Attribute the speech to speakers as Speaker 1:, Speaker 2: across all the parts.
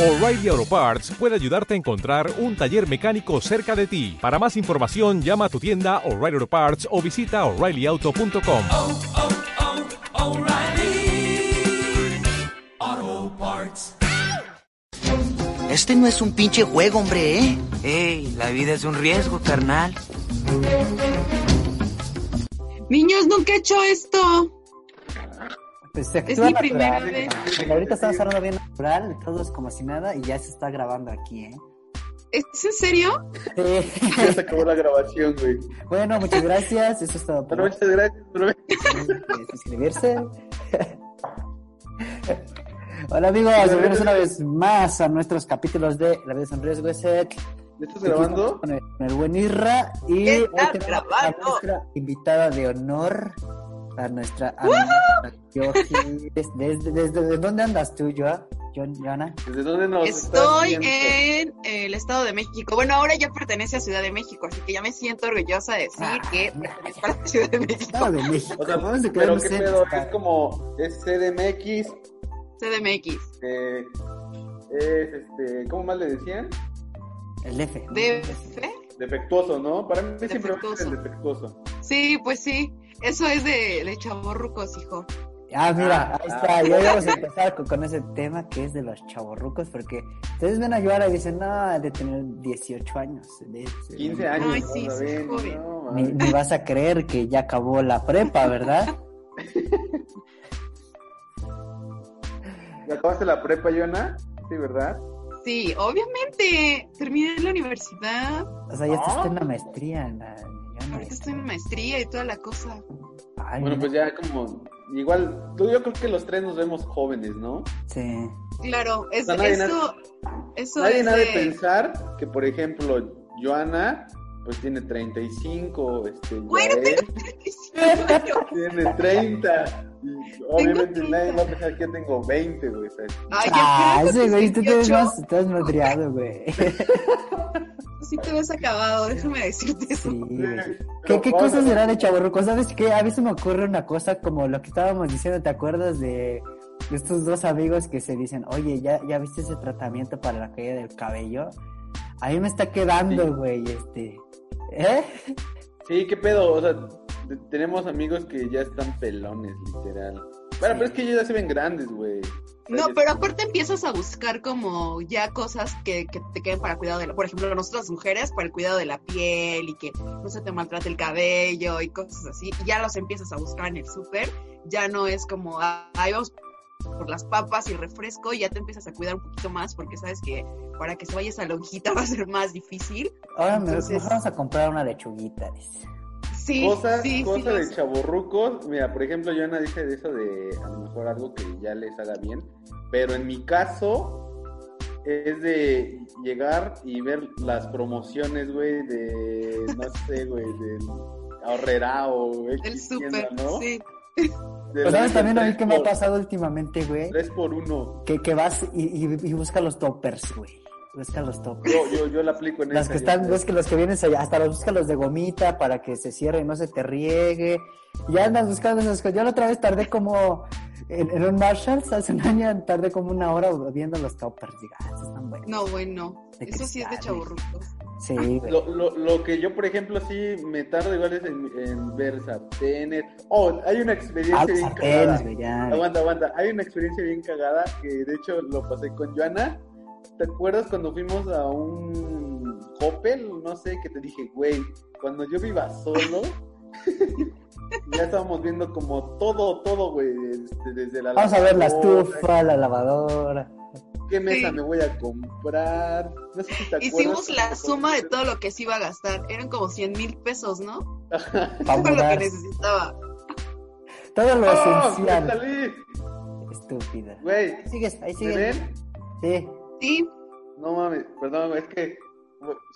Speaker 1: O'Reilly Auto Parts puede ayudarte a encontrar un taller mecánico cerca de ti. Para más información, llama a tu tienda O'Reilly Auto Parts o visita oreillyauto.com.
Speaker 2: oh, oh, O'Reilly. Auto Parts.
Speaker 3: Este no es un pinche juego, hombre, ¿eh?
Speaker 4: Ey, la vida es un riesgo, carnal.
Speaker 5: Niños, nunca he hecho esto.
Speaker 6: Pues se
Speaker 5: Es
Speaker 6: actúa
Speaker 5: mi primera
Speaker 6: natural,
Speaker 5: vez.
Speaker 6: porque ahorita estamos hablando bien natural, todo es como si nada y ya se está grabando aquí, ¿eh?
Speaker 5: ¿Es en serio?
Speaker 6: Sí.
Speaker 7: Ya se acabó la grabación, güey.
Speaker 6: Bueno, muchas gracias, eso es todo por
Speaker 7: Bueno,
Speaker 6: hoy.
Speaker 7: muchas gracias. profe.
Speaker 6: Eh, suscribirse. Hola amigos, bienvenidos una vez más a nuestros capítulos de La vida es un riesgo, es el-
Speaker 7: ¿Me estás grabando?
Speaker 6: Con el, con el buen Irra y
Speaker 5: Está
Speaker 6: hoy tenemos a
Speaker 5: grabando.
Speaker 6: nuestra invitada de honor, a nuestra amiga Yoji. Des- desde, desde, ¿de ¿Dónde andas tú, Joa? Jon- Joana?
Speaker 7: ¿Desde dónde nos estás
Speaker 5: Estoy
Speaker 7: viendo?
Speaker 5: en el Estado de México. Bueno, ahora ya pertenece a Ciudad de México, así que ya me siento orgullosa de decir
Speaker 6: Ah,
Speaker 5: que
Speaker 6: no.
Speaker 5: pertenezco a la Ciudad de México.
Speaker 6: Estado de México.
Speaker 7: O sea,
Speaker 6: Vamos a
Speaker 7: pero
Speaker 6: quedarnos
Speaker 7: qué
Speaker 6: en
Speaker 7: pedo, eh.
Speaker 6: esta-
Speaker 7: es como, es CDMX,
Speaker 5: CDMX.
Speaker 7: eh, es este, ¿cómo más le decían?
Speaker 6: El F.
Speaker 5: ¿DF?
Speaker 7: Defectuoso, ¿no? Para mí siempre va a ser
Speaker 5: Defectuoso.
Speaker 7: el defectuoso.
Speaker 5: Sí, pues sí. Eso es de, de chavorrucos, hijo.
Speaker 6: Ah, mira,
Speaker 7: Ah,
Speaker 6: ahí
Speaker 7: ah.
Speaker 6: está. Y hoy vamos a empezar con, con ese tema que es de los chavorrucos, porque ustedes ven a Joana y dicen, no, ha de tener 18 años. de-
Speaker 7: 15 años.
Speaker 5: Ay, sí,
Speaker 7: ¿no?
Speaker 5: soy
Speaker 7: Ven,
Speaker 5: joven.
Speaker 7: no,
Speaker 6: Ni,
Speaker 7: mames.
Speaker 6: ni vas a creer que ya acabó la prepa, ¿verdad?
Speaker 7: ¿Ya acabaste la prepa, Yona? Sí, ¿verdad?
Speaker 5: Sí, obviamente. Terminé la universidad.
Speaker 6: O sea, ya
Speaker 5: Ah.
Speaker 7: ¿No?
Speaker 6: está en la maestría. en la- ya no es-
Speaker 5: Ahorita estoy en maestría y toda la cosa.
Speaker 6: Ay,
Speaker 7: Bueno,
Speaker 6: no.
Speaker 7: pues ya como, igual, tú- yo creo que los tres nos vemos jóvenes, ¿no?
Speaker 6: Sí.
Speaker 5: Claro, es,
Speaker 7: O sea, nadie-
Speaker 5: eso, eso
Speaker 7: Nadie
Speaker 5: es
Speaker 7: ha de
Speaker 5: de-
Speaker 7: pensar que, por ejemplo, Joana, pues tiene 35, este,
Speaker 5: Güey, no
Speaker 7: Yael tiene 30. Y obviamente
Speaker 5: 30.
Speaker 7: nadie va a pensar que yo tengo 20, güey. o sea,
Speaker 5: Ay,
Speaker 6: ah,
Speaker 5: ya creo que
Speaker 6: ese güey, tú te ves
Speaker 5: 18.
Speaker 6: más, estás madreado, güey.
Speaker 5: Sí te ves acabado, déjame decirte eso.
Speaker 6: Sí, güey. ¿Qué,
Speaker 7: Pero
Speaker 6: qué
Speaker 7: bueno,
Speaker 6: cosas será de chaborruco? ¿Sabes qué? A veces me ocurre una cosa como lo que estábamos diciendo, ¿te acuerdas de de estos dos amigos que se dicen, oye, ¿ya, ya viste ese tratamiento para la caída del cabello? A mí me está
Speaker 7: Sí.
Speaker 6: quedando, güey, este... ¿Eh?
Speaker 7: Sí, qué pedo. O sea, te- tenemos amigos que ya están pelones, literal. Bueno,
Speaker 6: Sí.
Speaker 7: pero es que ellos ya se ven grandes, güey. O sea,
Speaker 5: No,
Speaker 7: ya-
Speaker 5: pero aparte empiezas a buscar como ya cosas que, que te queden para cuidado de la... Por ejemplo, nosotras mujeres, para el cuidado de la piel y que no se te maltrate el cabello y cosas así. Y ya los empiezas a buscar en el súper. Ya no es como, ah, ahí vamos por las papas y el refresco y ya te empiezas a cuidar un poquito más porque sabes que para que se vaya esa lonjita va a ser más difícil.
Speaker 6: Ahora me-
Speaker 5: Entonces-
Speaker 6: mejor vamos a comprar una lechuguita, dice.
Speaker 5: Sí,
Speaker 7: Cosas,
Speaker 5: sí, sí.
Speaker 7: cosas
Speaker 5: lo
Speaker 7: de
Speaker 5: sé.
Speaker 7: chaborrucos. Mira, por ejemplo, Joana dice de eso de a lo mejor algo que ya les haga bien. Pero en mi caso es de llegar y ver las promociones, güey, de no sé, güey, del ahorrera o
Speaker 5: El
Speaker 7: X tienda,
Speaker 5: súper,
Speaker 7: ¿no?
Speaker 5: sí.
Speaker 7: De
Speaker 6: Pero
Speaker 7: la-
Speaker 6: Pues, sabes también a mí
Speaker 7: tres
Speaker 6: que me ha
Speaker 7: por-
Speaker 6: pasado últimamente, güey,
Speaker 7: Tres por uno.
Speaker 6: que, que vas y, y- y busca los toppers, güey. Busca los toppers.
Speaker 7: Yo, yo, yo la aplico en
Speaker 6: Las
Speaker 7: esa,
Speaker 6: que
Speaker 7: yo
Speaker 6: están,
Speaker 7: creo.
Speaker 6: ves que los que vienen allá, hasta los buscas los de gomita para que se cierre y no se te riegue. Y Ya andas buscando esas cosas. Yo la otra vez tardé como en, en un Marshalls hace un año, tardé como una hora viendo los toppers. Diga, ah, estos están buenos.
Speaker 5: No, bueno,
Speaker 6: De
Speaker 5: eso sí es de
Speaker 6: cristales.
Speaker 5: chaburrucos.
Speaker 6: Sí, güey.
Speaker 7: Lo, lo, lo que yo, por ejemplo, sí me tardo igual es en, en ver sartenes. Oh, hay una
Speaker 6: Ah,
Speaker 7: experiencia
Speaker 6: los
Speaker 7: bien
Speaker 6: sartenes,
Speaker 7: cagada.
Speaker 6: güey, ya.
Speaker 7: Aguanta, aguanta. Hay una experiencia bien cagada que de hecho lo pasé con Joana. ¿Te acuerdas cuando fuimos a un Hopel? No sé, que te dije, güey, cuando yo viva solo, ya estábamos viendo como todo, todo, güey, desde, desde la
Speaker 6: Vamos a ver la
Speaker 7: lavadora,
Speaker 6: estufa, la lavadora.
Speaker 7: ¿Qué mesa
Speaker 5: Sí.
Speaker 7: me voy a comprar? No sé si te acuerdas.
Speaker 5: Hicimos la
Speaker 7: cuando-
Speaker 5: suma de todo lo que se iba a gastar. Eran como 100 mil pesos, ¿no?
Speaker 6: pa'
Speaker 5: Todo lo que
Speaker 6: mudarse.
Speaker 5: necesitaba.
Speaker 6: Todo lo
Speaker 7: ¡Oh, me
Speaker 6: esencial.
Speaker 7: salí!
Speaker 6: Estúpida.
Speaker 7: Güey,
Speaker 6: Ahí sigues, ahí
Speaker 7: ¿me
Speaker 6: sigues.
Speaker 7: ven?
Speaker 6: Sí.
Speaker 5: Sí,
Speaker 7: No mames, perdón, es que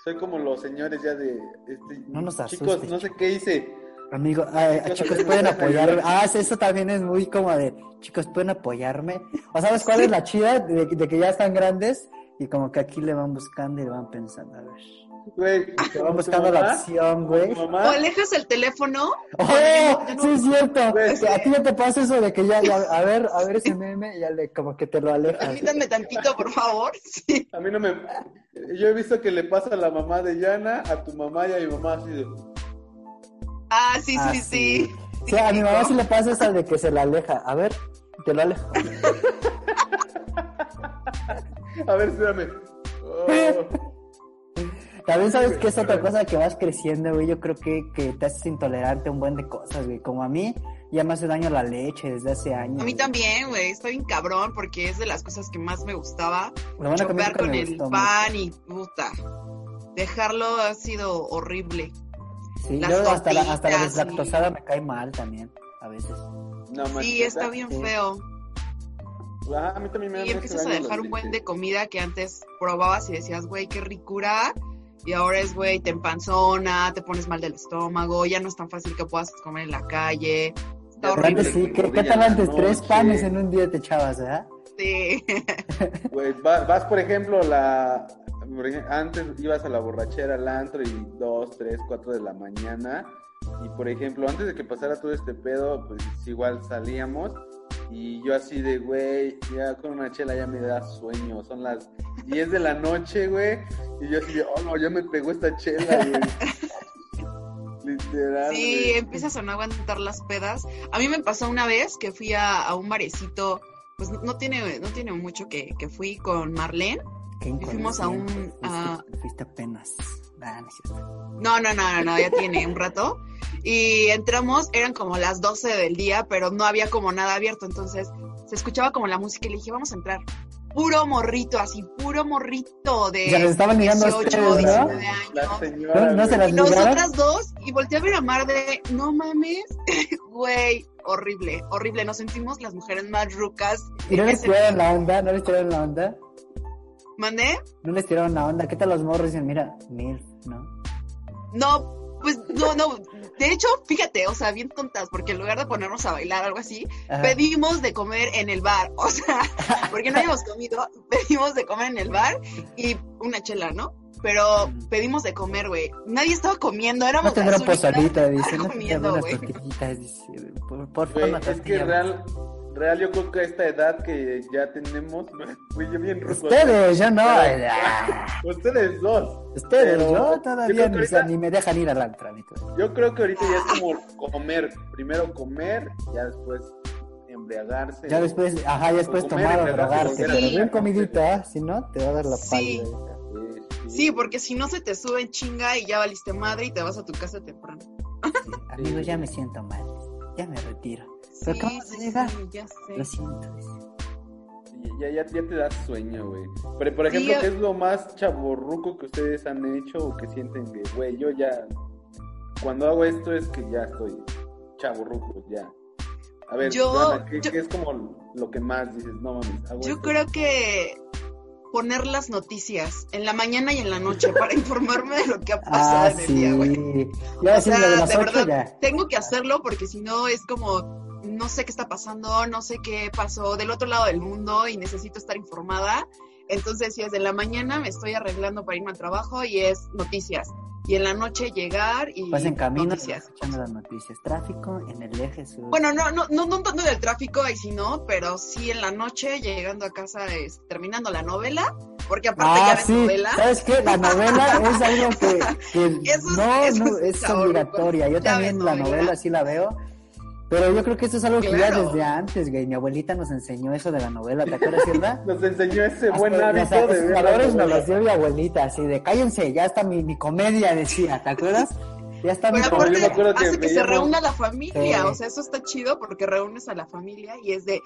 Speaker 7: soy como los señores ya de... Este,
Speaker 6: No nos
Speaker 7: Chicos,
Speaker 6: asustes,
Speaker 7: no sé qué hice.
Speaker 6: Amigo, ay,
Speaker 7: Chicos,
Speaker 6: chicos,
Speaker 7: ayúdenme,
Speaker 6: pueden apoyarme.
Speaker 7: ayúdenme.
Speaker 6: Ah, sí, eso también es muy como de, chicos, pueden apoyarme. O sabes cuál es la chida de, de que ya están grandes y como que aquí le van buscando y le van pensando, a ver.
Speaker 7: Güey,
Speaker 6: Te van Ah, buscando la opción, güey.
Speaker 5: O
Speaker 7: Mamá,
Speaker 5: alejas el teléfono.
Speaker 6: ¡Oh! Sí, es cierto.
Speaker 7: Güey,
Speaker 6: A ti no te pasa eso de que ya, ya, a ver, a ver ese meme, ya le, como que te lo alejas.
Speaker 5: Permítanme tantito, por favor. Sí.
Speaker 7: a mí no me... Yo he visto que le pasa a la mamá de Yana, a tu mamá y a mi mamá así de...
Speaker 5: Ah, sí,
Speaker 6: Ah,
Speaker 5: sí,
Speaker 6: sí.
Speaker 5: sí.
Speaker 6: Sí, a mi mamá sí le pasa esa de que se la aleja. A ver, te lo alejo.
Speaker 7: A ver, espérame. Oh,
Speaker 6: También sabes que es otra cosa que vas creciendo, güey. Yo creo que, que te haces intolerante a un buen de cosas, güey. Como a mí, ya me hace daño la leche desde hace años.
Speaker 5: A mí
Speaker 6: güey.
Speaker 5: también, güey. Estoy bien cabrón porque es de las cosas que más me gustaba.
Speaker 6: Lo bueno que a mí
Speaker 5: Chocar
Speaker 6: nunca
Speaker 5: con
Speaker 6: me
Speaker 5: el
Speaker 6: gustó
Speaker 5: pan y puta. Dejarlo ha sido horrible.
Speaker 6: mucho. Sí,
Speaker 5: las
Speaker 6: yo hasta la, hasta la
Speaker 5: tortitas,
Speaker 6: deslactosada me cae mal también, a veces.
Speaker 7: no manches,
Speaker 5: Sí, está bien
Speaker 6: sí.
Speaker 5: feo.
Speaker 7: Ah, a mí también me
Speaker 5: Y
Speaker 7: hace
Speaker 5: empiezas a
Speaker 7: daño
Speaker 5: dejar
Speaker 7: la
Speaker 5: un buen de
Speaker 7: leche.
Speaker 5: comida que antes probabas y decías, güey, qué ricura. Y ahora es, güey, te empanzona, te pones mal del estómago, ya no es tan fácil que puedas comer en la calle. Está
Speaker 7: Ya
Speaker 6: Pero
Speaker 5: horrible.
Speaker 6: antes sí, ¿qué, qué
Speaker 7: Rodilla
Speaker 6: tal
Speaker 7: en la
Speaker 6: antes? Tres
Speaker 7: noche.
Speaker 6: panes en un día te echabas, ¿verdad?
Speaker 5: Sí.
Speaker 7: Güey, va- vas, por ejemplo, la... por ej- Antes ibas a la borrachera, al antro, y 2, 3, 4 de la mañana. Y, por ejemplo, antes de que pasara todo este pedo, pues igual salíamos. Y yo así de, güey, ya con una chela ya me da sueño. Son las 10 de la noche, güey. Y yo así de, oh, no, ya me pegó esta chela, güey. Literal.
Speaker 5: Sí,
Speaker 7: güey.
Speaker 5: empiezas a no aguantar las pedas. A mí me pasó una vez que fui a, a un barecito, pues no tiene, no tiene mucho que, que fui con Marlene.
Speaker 6: Qué
Speaker 5: Y fuimos a un-
Speaker 6: inconsciente,
Speaker 5: a-
Speaker 6: Fuiste, fuiste apenas. Ah, no es cierto.
Speaker 5: No, no, no, no, no, ya tiene un rato. Y entramos, eran como las 12 del día, pero no había como nada abierto, entonces se escuchaba como la música y le dije, vamos a entrar. Puro morrito, así, puro morrito de
Speaker 6: Ya les estaban llegando a
Speaker 5: 18,
Speaker 6: ustedes, ¿no?
Speaker 5: 19
Speaker 7: La
Speaker 5: años.
Speaker 7: señora.
Speaker 6: No, no se
Speaker 7: güey.
Speaker 5: Y
Speaker 6: las ligaron.
Speaker 5: nosotras dos, y volteé a ver a Mar de, no mames, güey, horrible, horrible. Nos sentimos las mujeres más rucas.
Speaker 6: ¿Y no
Speaker 5: en
Speaker 6: les
Speaker 5: ese-
Speaker 6: tiraron la onda? ¿No les tiraron la onda?
Speaker 5: ¿Mandé?
Speaker 6: ¿No les tiraron la onda? ¿Qué tal los morros dicen, mira, mil, ¿no?
Speaker 5: No, pues no, no. De hecho, fíjate, o sea, bien tontas, porque en lugar de ponernos a bailar algo así,
Speaker 6: Ajá.
Speaker 5: pedimos de comer en el bar, o sea, porque no habíamos comido, pedimos de comer en el bar y una chela, ¿no? Pero pedimos de comer, güey. Nadie estaba comiendo, éramos
Speaker 6: No tendrán
Speaker 5: las únicas.
Speaker 6: pozolita, dice.
Speaker 5: Estaba
Speaker 6: No tendrán
Speaker 5: comiendo,
Speaker 6: unas
Speaker 5: güey.
Speaker 6: tortillitas, dice. Por, por favor,
Speaker 7: Güey,
Speaker 6: una
Speaker 7: es que
Speaker 6: tortilla.
Speaker 7: real, real, yo creo que a esta edad que ya tenemos, güey, yo bien ruco.
Speaker 6: Ustedes, yo no.
Speaker 7: pues, Pero-
Speaker 6: ah,
Speaker 7: Ustedes dos.
Speaker 6: Ustedes,
Speaker 7: Pero
Speaker 6: yo
Speaker 7: yo
Speaker 6: todavía
Speaker 7: creo que
Speaker 6: ni,
Speaker 7: ahorita-
Speaker 6: ni me dejan ir al antro, amigo.
Speaker 7: Yo creo que ahorita ya es como comer. Primero comer, ya después embriagarse.
Speaker 6: Ya
Speaker 7: o-
Speaker 6: después, ajá, ya después
Speaker 7: o pues, comer,
Speaker 6: tomar o
Speaker 7: embriagarse,
Speaker 6: drogarte.
Speaker 7: volver a
Speaker 6: Pero
Speaker 5: Sí.
Speaker 6: bien comidita, ¿eh? si no, te va a dar la
Speaker 5: Sí.
Speaker 6: pálida.
Speaker 5: Sí, porque si no se te sube en chinga y ya valiste madre y te vas a tu casa temprano.
Speaker 6: Amigo, ya me siento mal. Ya me retiro.
Speaker 5: Sí,
Speaker 6: Pero ¿cómo vas a
Speaker 5: sí,
Speaker 6: llegar?
Speaker 5: sí, ya sé.
Speaker 6: Lo siento. dice.
Speaker 7: Ya, ya, ya te da sueño, güey. Pero, por ejemplo,
Speaker 5: Sí,
Speaker 7: ¿qué es lo más chaborruco que ustedes han hecho o que sienten que, güey, yo ya. Cuando hago esto es que ya estoy chaborruco, ya. A ver,
Speaker 5: Yo-
Speaker 7: Dana, ¿qué,
Speaker 5: yo-
Speaker 7: qué es como lo que más dices? No mames, hago
Speaker 5: Yo
Speaker 7: esto.
Speaker 5: creo que poner las noticias en la mañana y en la noche para informarme de lo que ha pasado
Speaker 6: Ah,
Speaker 5: en el
Speaker 6: sí.
Speaker 5: día, güey.
Speaker 6: Ya
Speaker 5: O
Speaker 6: sí, lo
Speaker 5: sea,
Speaker 6: de las
Speaker 5: de
Speaker 6: ocho
Speaker 5: verdad,
Speaker 6: ya.
Speaker 5: tengo que hacerlo porque si no es como, no sé qué está pasando, no sé qué pasó del otro lado del mundo y necesito estar informada. Entonces, si es de la mañana, me estoy arreglando para irme al trabajo y es noticias. Y en la noche llegar y
Speaker 6: Vas en camino,
Speaker 5: noticias.
Speaker 6: escuchando las noticias. Tráfico en el eje sur.
Speaker 5: Bueno, no, no, no, no tanto del tráfico, ahí sí no, pero sí en la noche llegando a casa, es, terminando la novela, porque aparte ya
Speaker 6: Ah,
Speaker 5: ves
Speaker 6: sí.
Speaker 5: novela.
Speaker 6: ¿Sabes qué? La novela es algo que, que
Speaker 5: Eso es-
Speaker 6: no,
Speaker 5: eso
Speaker 6: no,
Speaker 5: es
Speaker 6: es
Speaker 5: sabor,
Speaker 6: obligatoria. Yo
Speaker 5: ya
Speaker 6: también
Speaker 5: ves
Speaker 6: la
Speaker 5: novela.
Speaker 6: novela sí la veo. Pero yo creo que esto es algo que ya
Speaker 5: Claro.
Speaker 6: desde antes, güey. Mi abuelita nos enseñó eso de la novela, ¿te acuerdas, verdad?
Speaker 7: Nos enseñó ese buen
Speaker 6: Hasta
Speaker 7: hábito
Speaker 6: los-
Speaker 7: de
Speaker 6: esos
Speaker 7: ver
Speaker 6: valores nos
Speaker 7: la
Speaker 6: los
Speaker 7: novela.
Speaker 6: dio mi abuelita, así de cállense, ya está mi, mi comedia, decía, ¿te acuerdas? Ya está mi
Speaker 5: Pero
Speaker 7: como yo
Speaker 5: aparte
Speaker 7: me
Speaker 6: comedia.
Speaker 7: acuerdo que
Speaker 5: hace que se
Speaker 7: veíamos-
Speaker 5: reúna la familia,
Speaker 6: Sí.
Speaker 5: o sea, eso está chido porque reúnes a la familia y es de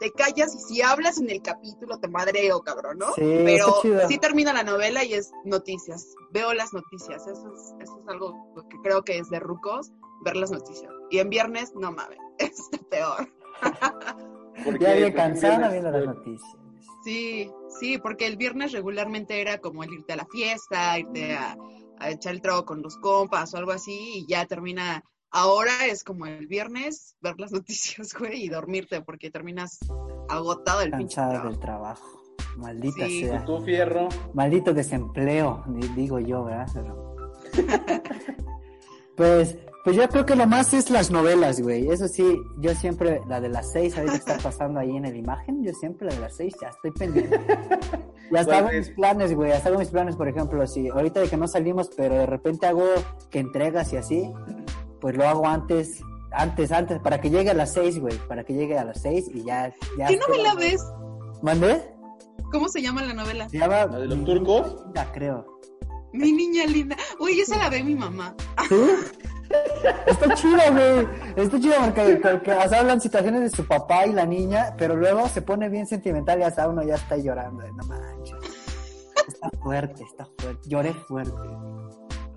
Speaker 5: te callas y si hablas en el capítulo te madreo, cabrón, ¿no?
Speaker 6: Sí,
Speaker 5: Pero
Speaker 6: está chido.
Speaker 5: sí termina la novela y es noticias. Veo las noticias, eso es, eso es algo que creo que es de rucos, ver las noticias. Y en viernes, no mames, es peor.
Speaker 7: Porque- pues,
Speaker 6: Ya bien
Speaker 7: porque
Speaker 6: cansada
Speaker 7: vienes-
Speaker 6: viendo las noticias.
Speaker 5: Sí, sí, porque el viernes regularmente era como el irte a la fiesta, irte a, a echar el trago con los compas o algo así, y ya termina. Ahora es como el viernes, ver las noticias, güey, y dormirte, porque terminas agotado el pinche
Speaker 6: Cansada del
Speaker 5: trabajo.
Speaker 6: trabajo. Maldita
Speaker 5: Sí.
Speaker 6: sea.
Speaker 7: Tú, fierro.
Speaker 6: Maldito desempleo, di- digo yo, ¿verdad? Pero- pues, pues yo creo que lo más es las novelas, güey. Eso sí, yo siempre, la de las seis, ahorita que está pasando ahí en el imagen, yo siempre la de las seis, ya estoy pendiente. Ya
Speaker 7: ¿Cuál
Speaker 6: estaba en
Speaker 7: es?
Speaker 6: mis planes, güey, ya estaba en mis planes, por ejemplo, si ahorita de que no salimos, pero de repente hago que entregas y así, pues lo hago antes, antes, antes, para que llegue a las seis, güey, para que llegue a las seis y ya... ya
Speaker 5: ¿Qué
Speaker 6: estoy-
Speaker 5: novela ves?
Speaker 6: ¿Mandé?
Speaker 5: ¿Cómo se llama la novela?
Speaker 6: Se llama...
Speaker 7: La de los turcos.
Speaker 6: Ya creo.
Speaker 5: Mi niña linda. Uy, esa la ve mi mamá.
Speaker 6: ¿Sí? Está chida, güey. Está chida porque, porque hasta hablan situaciones de su papá y la niña, pero luego se pone bien sentimental y hasta uno ya está llorando. No manches. Está fuerte, está fuerte. Lloré fuerte.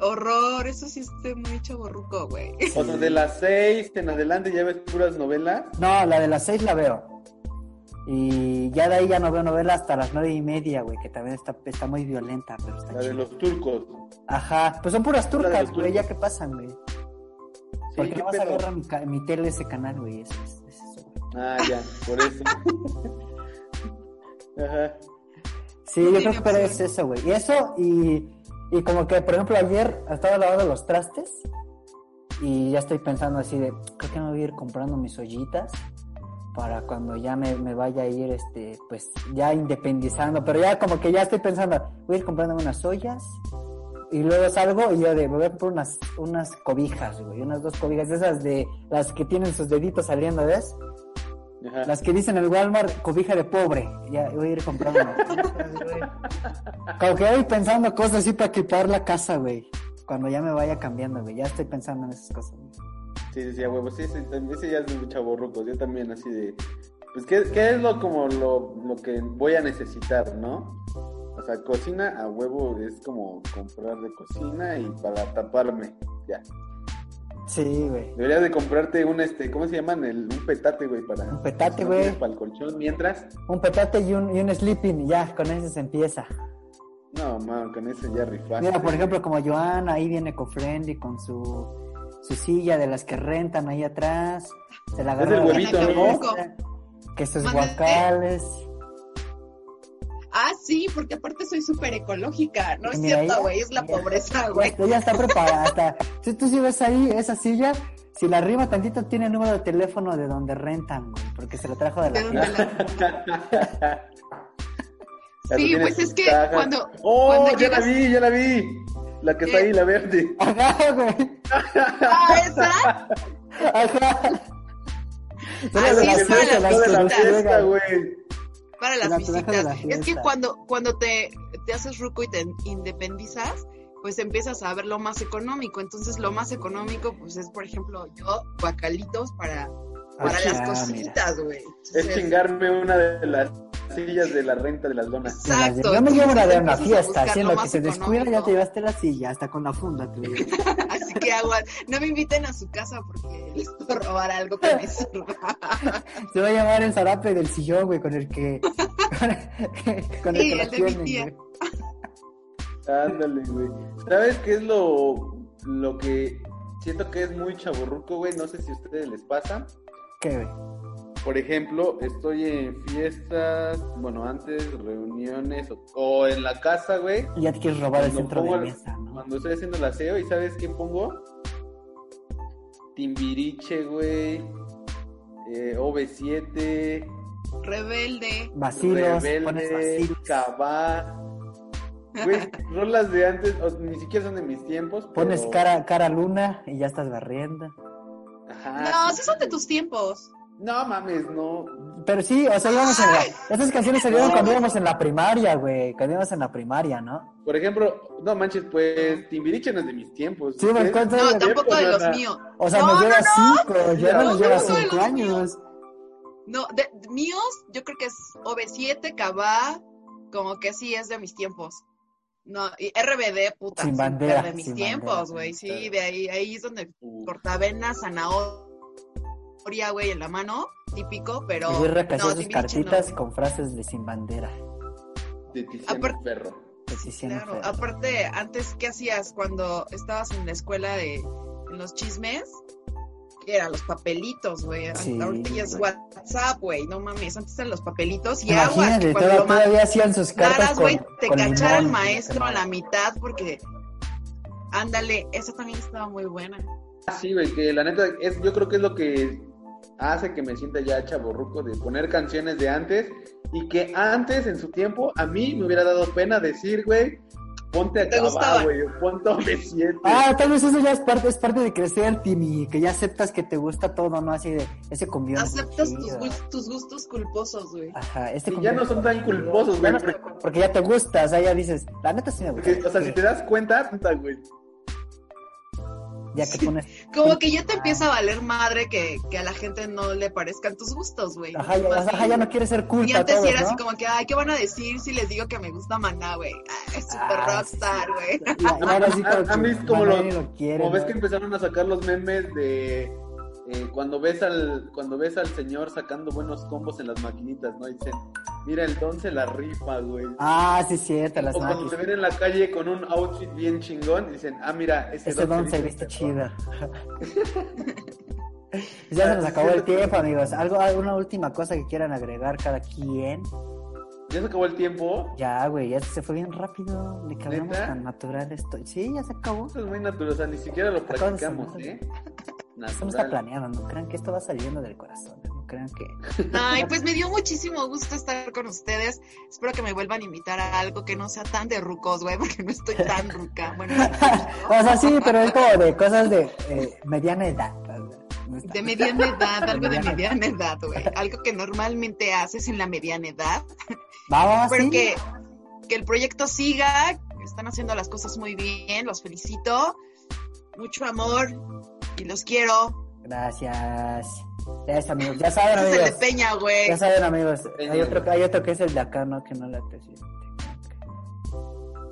Speaker 5: Horror, eso sí está muy chaborruco, güey.
Speaker 7: O sea, de las seis en adelante ya ves puras novelas.
Speaker 6: No, la de las seis la veo. Y ya de ahí ya no veo novela hasta las nueve y media, güey, que también está, está muy violenta, pero está
Speaker 7: La de
Speaker 6: chida.
Speaker 7: los turcos.
Speaker 6: Ajá, pues son puras
Speaker 7: de
Speaker 6: turcas,
Speaker 7: los
Speaker 6: güey,
Speaker 7: turcos.
Speaker 6: ya que pasan, güey.
Speaker 7: Sí,
Speaker 6: Porque
Speaker 7: ¿qué
Speaker 6: no vas a
Speaker 7: pedo?
Speaker 6: agarrar mi, ca- mi tele ese canal, güey, eso es, es eso, güey.
Speaker 7: Ah, ya, por eso. Ajá.
Speaker 6: Sí,
Speaker 5: No
Speaker 6: yo creo
Speaker 5: tiene
Speaker 6: que pero es
Speaker 5: opción.
Speaker 6: eso, güey. Y eso, y, y como que, por ejemplo, ayer estaba lavando los trastes y ya estoy pensando así de, creo que me voy a ir comprando mis ollitas para cuando ya me, me vaya a ir, este, pues ya independizando, pero ya como que ya estoy pensando, voy a ir comprando unas ollas y luego salgo y yo de, me voy a comprar unas, unas cobijas, güey, unas dos cobijas, esas de las que tienen sus deditos saliendo, ¿ves?
Speaker 7: Ajá.
Speaker 6: Las que dicen en el Walmart, cobija de pobre. Ya, voy a ir comprando. Como que voy pensando cosas así para equipar la casa, güey. Cuando ya me vaya cambiando, güey. Ya estoy pensando en esas cosas. güey.
Speaker 7: Sí, sí, sí, a huevo. Sí, sí, también- ese ya es un chaborruco. Yo también así de... Pues, ¿qué, qué es lo, como lo, lo que voy a necesitar, no? O sea, cocina a huevo es como comprar de cocina y para taparme, ya.
Speaker 6: Sí, güey.
Speaker 7: Deberías de comprarte un, este, ¿cómo se llaman? El, un petate, güey, para...
Speaker 6: Un petate,
Speaker 7: si no
Speaker 6: güey.
Speaker 7: tienes Para el colchón, mientras...
Speaker 6: Un petate y un, y un sleeping. Ya, con eso se empieza.
Speaker 7: No, man, con ese ya rifaste.
Speaker 6: Mira, por ejemplo, como Joana, ahí viene Friendly con su, su silla de las que rentan ahí atrás. Se la
Speaker 7: Es
Speaker 6: agarra
Speaker 7: el
Speaker 6: la
Speaker 7: huevito,
Speaker 5: ¿no?
Speaker 6: cabeza, Que sus
Speaker 5: Mande.
Speaker 6: guacales.
Speaker 5: Ah, sí, porque aparte soy súper ecológica. No es
Speaker 6: Mira, ella-
Speaker 5: cierto, güey, es la
Speaker 6: mira.
Speaker 5: pobreza, güey.
Speaker 6: Güey, Ella está preparada. Hasta, si tú sí ves ahí esa silla, si la arriba tantito tiene el número de teléfono de donde rentan, güey, porque se lo trajo de la
Speaker 5: ¿De dónde
Speaker 6: tienda.
Speaker 5: la-
Speaker 7: Ya
Speaker 5: Sí,
Speaker 7: tú tienes
Speaker 5: pues es
Speaker 7: tus
Speaker 5: que
Speaker 7: cajas.
Speaker 5: cuando-
Speaker 7: ¡Oh,
Speaker 5: cuando
Speaker 7: ya
Speaker 5: llegas- Eh,
Speaker 7: la vi, ya la vi! La que está
Speaker 5: ¿Qué?
Speaker 7: ahí, la verde.
Speaker 6: Ajá, güey.
Speaker 5: Ah, esa.
Speaker 6: Ajá. Son las
Speaker 5: Así
Speaker 6: de las
Speaker 5: es para
Speaker 6: fiestas,
Speaker 5: las
Speaker 6: las que no
Speaker 5: fiestas.
Speaker 6: se
Speaker 7: fiesta,
Speaker 6: llegan.
Speaker 7: güey.
Speaker 5: Para
Speaker 6: La
Speaker 5: las
Speaker 6: traje de
Speaker 5: visitas.
Speaker 6: la
Speaker 5: es que
Speaker 6: fiesta.
Speaker 5: cuando, cuando te, te haces ruco y te independizas, pues empiezas a ver lo más económico. Entonces lo más económico, pues es, por ejemplo, yo, guacalitos para, para
Speaker 6: Ah,
Speaker 5: las
Speaker 6: mira.
Speaker 5: cositas, güey.
Speaker 7: Es
Speaker 5: Entonces,
Speaker 7: chingarme una de las sillas de la renta de las donas.
Speaker 6: Y las de-
Speaker 5: Exacto.
Speaker 6: Yo me llevo
Speaker 5: Entonces
Speaker 6: la de una
Speaker 5: empiezas a
Speaker 6: fiesta,
Speaker 5: buscar
Speaker 6: así en
Speaker 5: lo
Speaker 6: lo que
Speaker 5: más
Speaker 6: se descuida ya
Speaker 5: económico.
Speaker 6: te llevaste la silla, hasta con la funda. tú.
Speaker 5: Así que aguas, no me inviten a su casa porque les puedo robar algo que me sirva.
Speaker 6: Se va a llamar el zarape del sillón, güey, con el que. con el
Speaker 5: Sí,
Speaker 6: que la
Speaker 5: el de mi
Speaker 6: tienen,
Speaker 5: tía.
Speaker 6: güey.
Speaker 7: Ándale, güey. ¿Sabes qué es lo, lo que siento que es muy chaburruco, güey? No sé si a ustedes les pasa.
Speaker 6: ¿Qué, güey?
Speaker 7: Por ejemplo, estoy en fiestas, bueno, antes, reuniones o, o en la casa, güey.
Speaker 6: Y Ya te quieres robar el
Speaker 7: Cuando
Speaker 6: centro de
Speaker 7: pongo-
Speaker 6: mesa, ¿no?
Speaker 7: Cuando estoy haciendo el aseo y ¿sabes qué pongo? Timbiriche, güey. Eh, OV7.
Speaker 5: Rebelde.
Speaker 6: Vacilos, pones
Speaker 7: Rebelde,
Speaker 6: vacilos.
Speaker 7: Cabá. Güey, rolas de antes, o- ni siquiera son de mis tiempos. pero-
Speaker 6: Pones cara, cara luna y ya estás barriendo.
Speaker 7: Ajá,
Speaker 5: No,
Speaker 7: Ah, sí.
Speaker 5: sí son de tus tiempos.
Speaker 7: No mames, no.
Speaker 6: Pero sí, o sea, íbamos en la... Esas canciones salieron
Speaker 7: No.
Speaker 6: cuando íbamos en la primaria, güey. Cuando íbamos en la primaria, ¿no?
Speaker 7: Por ejemplo, no manches, pues Timbiriche no es de mis tiempos.
Speaker 6: Sí, me
Speaker 7: ¿Ustedes?
Speaker 6: cuento.
Speaker 5: No, tampoco de los
Speaker 7: Nana.
Speaker 5: míos.
Speaker 6: O sea,
Speaker 5: No,
Speaker 6: nos
Speaker 5: no,
Speaker 6: lleva cinco, ya
Speaker 5: No,
Speaker 6: nos lleva
Speaker 5: tampoco de los
Speaker 6: cinco años.
Speaker 5: míos. No, de, de míos, yo creo que es OV7, Cabá, como que sí es de mis tiempos. No, y RBD, puta,
Speaker 6: Sin
Speaker 5: súper
Speaker 6: bandera,
Speaker 5: de mis
Speaker 6: sin bandera,
Speaker 5: tiempos, güey. Sí, de ahí, ahí es donde
Speaker 7: Uh,
Speaker 5: cortavenas, zanahoria, güey, en la mano, típico, pero.
Speaker 6: y Birra que hacía
Speaker 5: no,
Speaker 6: sus
Speaker 5: Timbiriche
Speaker 6: cartitas
Speaker 5: no.
Speaker 6: con frases de sin bandera.
Speaker 7: De Tiziano
Speaker 5: Aparte-
Speaker 7: Ferro.
Speaker 6: Pues sí, sí,
Speaker 5: Claro,
Speaker 6: no fue.
Speaker 5: aparte, antes, ¿qué hacías cuando estabas en la escuela de en los chismes? que eran los papelitos, güey.
Speaker 6: Sí,
Speaker 5: Ahorita ya es
Speaker 6: güey.
Speaker 5: WhatsApp, güey. No mames, antes eran los papelitos y aguas que
Speaker 6: Imagínate,
Speaker 5: cuando
Speaker 6: todavía,
Speaker 5: lo mandaras,
Speaker 6: todavía hacían sus cartas con,
Speaker 5: güey, te
Speaker 6: con
Speaker 5: cachara el
Speaker 6: limón.
Speaker 5: maestro a la mitad porque. Ándale, esa también estaba muy buena.
Speaker 7: Ah, sí, güey, que la neta, es, yo creo que es lo que hace que me sienta ya chaborruco de poner canciones de antes y que antes, en su tiempo, a mí me hubiera dado pena decir, güey, ponte a
Speaker 5: ¿Te gustaba?
Speaker 7: acabar, güey, o ponte a B7.
Speaker 6: Ah, tal vez eso ya es parte, es parte de crecer, Timmy, que ya aceptas que te gusta todo, ¿no? Así de, ese cumbión. es muy
Speaker 5: Aceptas tus,
Speaker 6: chido.
Speaker 5: gust- tus gustos culposos, güey.
Speaker 6: Ajá, este
Speaker 7: Y ya
Speaker 6: cumbión-
Speaker 7: no son tan culposos, güey,
Speaker 6: Ya no-
Speaker 7: porque-
Speaker 6: Porque ya te gusta, o sea, ya dices, la neta sí me gusta.
Speaker 7: porque, o sea, si te das cuenta, puta, güey.
Speaker 6: Ya que pones.
Speaker 5: Como que ya te empieza a valer madre que, que a la gente no le parezcan tus gustos, güey.
Speaker 6: Ajá, ya,
Speaker 5: Más
Speaker 6: ajá, ya
Speaker 5: bien-
Speaker 6: no quieres ser culpa.
Speaker 5: Y antes sí
Speaker 6: todos,
Speaker 5: era
Speaker 6: ¿no?
Speaker 5: así como que, ay, ¿qué van a decir si les digo que me gusta Maná, güey? Ah, Es super
Speaker 6: Ah, sí,
Speaker 5: rockstar, güey.
Speaker 6: Ya- ya ahora sí
Speaker 7: Ah,
Speaker 6: como
Speaker 7: ah,
Speaker 6: que
Speaker 7: ¿ves cómo lo-
Speaker 6: nadie quiere,
Speaker 7: Como ves
Speaker 6: ¿no?
Speaker 7: que empezaron a sacar los memes de eh, cuando ves al cuando ves al señor sacando buenos combos en las maquinitas, ¿no? Y dicen, mira, el don se la rifa, güey.
Speaker 6: Ah, sí, es cierto, las
Speaker 7: o cuando te
Speaker 6: máquinas.
Speaker 7: ven en la calle con un outfit bien chingón, dicen, ah, mira, ese,
Speaker 6: Ese don se viste
Speaker 7: perro".
Speaker 6: chido. Pues ya se nos acabó el tiempo, amigos. ¿Algo, ¿Alguna última cosa que quieran agregar cada quien?
Speaker 7: Ya se acabó el tiempo.
Speaker 6: Ya, güey, ya se fue bien rápido. De que hablamos
Speaker 7: ¿Neta?
Speaker 6: tan natural esto. Sí, ya se acabó.
Speaker 7: Esto es muy natural, o sea, ni siquiera lo
Speaker 6: Acabo de
Speaker 7: practicamos,
Speaker 6: sonar.
Speaker 7: ¿eh?
Speaker 6: Esto no está
Speaker 7: Natural.
Speaker 6: planeado, no crean que esto va saliendo del corazón. No crean que.
Speaker 5: Ay, pues me dio muchísimo gusto estar con ustedes. Espero que me vuelvan a invitar a algo que no sea tan de rucos, güey, porque no estoy tan ruca. Bueno,
Speaker 6: o sea, sí, pero es como de cosas de eh, mediana edad. No está-
Speaker 5: de mediana edad, algo de mediana edad, güey. Algo que normalmente haces en la mediana edad.
Speaker 6: Vamos,
Speaker 5: Espero
Speaker 6: Ah, sí.
Speaker 5: que, que el proyecto siga. Están haciendo las cosas muy bien. Los felicito. Mucho amor. Y los quiero.
Speaker 6: Gracias. Gracias, amigos. Ya saben,
Speaker 5: Ese es el de
Speaker 6: amigos.
Speaker 5: Peña, güey.
Speaker 6: Ya saben, amigos.
Speaker 7: Peña.
Speaker 6: Hay otro, hay otro que es el de acá, ¿no? Que no la presidente.
Speaker 5: Ah.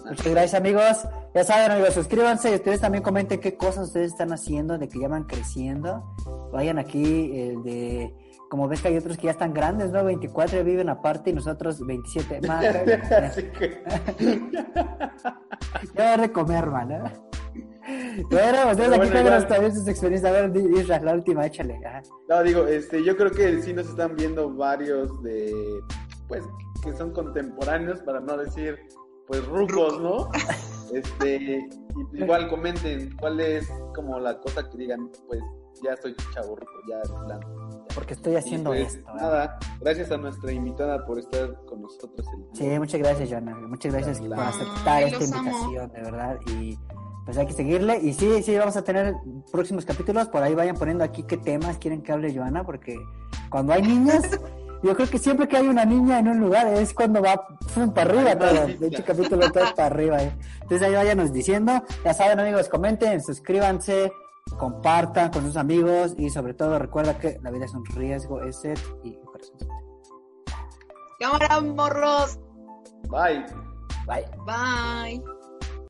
Speaker 6: Muchas gracias, amigos. Ya saben, amigos, suscríbanse y ustedes también comenten qué cosas ustedes están haciendo, de que ya van creciendo. Vayan aquí, el de. Como ves que hay otros que ya están grandes, ¿no? 24 viven aparte y nosotros 27 más.
Speaker 7: Así que,
Speaker 6: Ya de comer, man, ¿eh? Pero ustedes
Speaker 7: Pero
Speaker 6: aquí
Speaker 7: bueno,
Speaker 6: tengan
Speaker 7: igual.
Speaker 6: también sus experiencias. A ver, di- Isra, la última, échale. ajá.
Speaker 7: no, digo, este, yo creo que sí nos están viendo varios de, pues, que son contemporáneos, para no decir, pues, rucos, ¿no? Este, y igual comenten cuál es como la cosa que digan, pues, ya soy chavo ya, plan.
Speaker 6: Porque estoy haciendo
Speaker 7: Y, pues,
Speaker 6: esto. ¿eh?
Speaker 7: Nada, gracias a nuestra invitada por estar con nosotros el
Speaker 6: Sí, muchas gracias, Joana. Muchas gracias por
Speaker 7: Ay,
Speaker 6: aceptar esta
Speaker 5: los amo.
Speaker 6: invitación, de verdad. Y pues hay que seguirle. Y sí, sí, vamos a tener próximos capítulos. Por ahí vayan poniendo aquí qué temas quieren que hable Joana, porque cuando hay niñas, yo creo que siempre que hay una niña en un lugar es cuando va pum, para arriba todo. De hecho, capítulo todo es para arriba. ¿eh? Entonces ahí váyanos diciendo. Ya saben, amigos, comenten, suscríbanse. Compartan con sus amigos y sobre todo recuerda que la vida es un riesgo, es set y corazoncito.
Speaker 5: Cámara, morros.
Speaker 7: Bye.
Speaker 6: Bye.
Speaker 5: Bye.